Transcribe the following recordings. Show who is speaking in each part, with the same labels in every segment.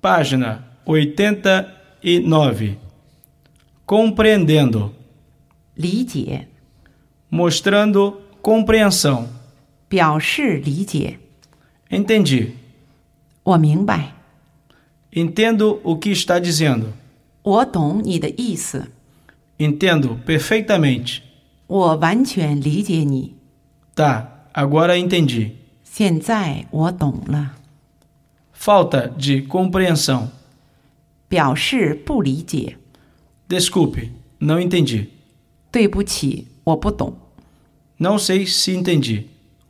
Speaker 1: página 89. Compreendendo,
Speaker 2: 理解，
Speaker 1: mostrando compreensão.
Speaker 2: 表示理解，
Speaker 1: Entendi.
Speaker 2: 我明白，
Speaker 1: Entendo o que está dizendo.
Speaker 2: 我懂你的意思，
Speaker 1: Entendo perfeitamente.
Speaker 2: 我完全理解你。
Speaker 1: Tá, agora entendi.
Speaker 2: 现在我懂了，
Speaker 1: Falta de compreensão.
Speaker 2: 表示不理解，
Speaker 1: Desculpe, não entendi.
Speaker 2: 对不起，我不懂，
Speaker 1: Não sei se entendi.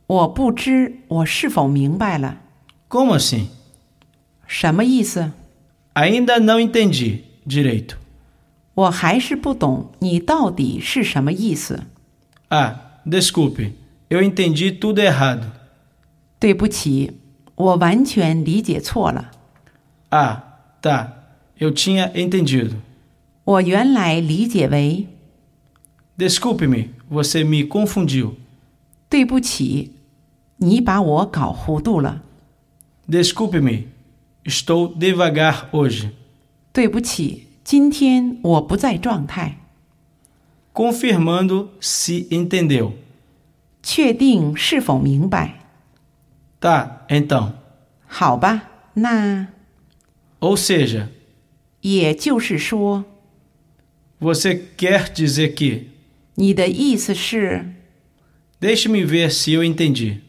Speaker 2: 我不知我是否明白了，
Speaker 1: Como assim?
Speaker 2: 什么意思？
Speaker 1: Ainda não entendi direito.
Speaker 2: 我还是不懂你到底是什么意思。
Speaker 1: Ah, desculpe, eu entendi tudo errado.
Speaker 2: 对不起，我完全理解错了，
Speaker 1: Ah, tá, eu tinha entendido.
Speaker 2: 我原来理解为
Speaker 1: Desculpe-me, você me confundiu.
Speaker 2: 对不起，你把我搞糊涂了。
Speaker 1: Desculpe-me, estou devagar hoje.
Speaker 2: 对不起，今天我不在状态。
Speaker 1: Confirmando se entendeu.
Speaker 2: 确定是否明白？
Speaker 1: Tá, então.
Speaker 2: 好吧，那
Speaker 1: Ou seja,
Speaker 2: 也就是说，
Speaker 1: você quer dizer que.
Speaker 2: 你的意思是
Speaker 1: Deixe-me ver se eu entendi.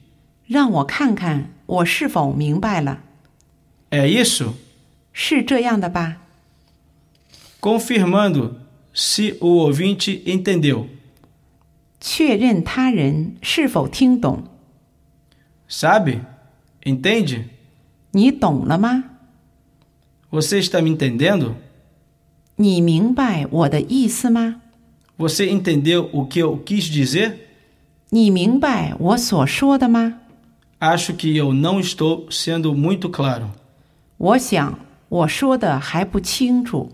Speaker 2: 让我看看我是否明白了？
Speaker 1: É isso?
Speaker 2: 是这样的吧？
Speaker 1: Confirmando se o ouvinte entendeu.
Speaker 2: 确认他人是否听懂？
Speaker 1: Sabe? Entende?
Speaker 2: 你懂了吗？
Speaker 1: Você está me entendendo?
Speaker 2: 你明白我的意思吗？
Speaker 1: Você entendeu o que eu quis dizer?
Speaker 2: 你明白我所说的吗？
Speaker 1: Acho que eu não estou sendo muito claro.
Speaker 2: 我想我说的还不清楚。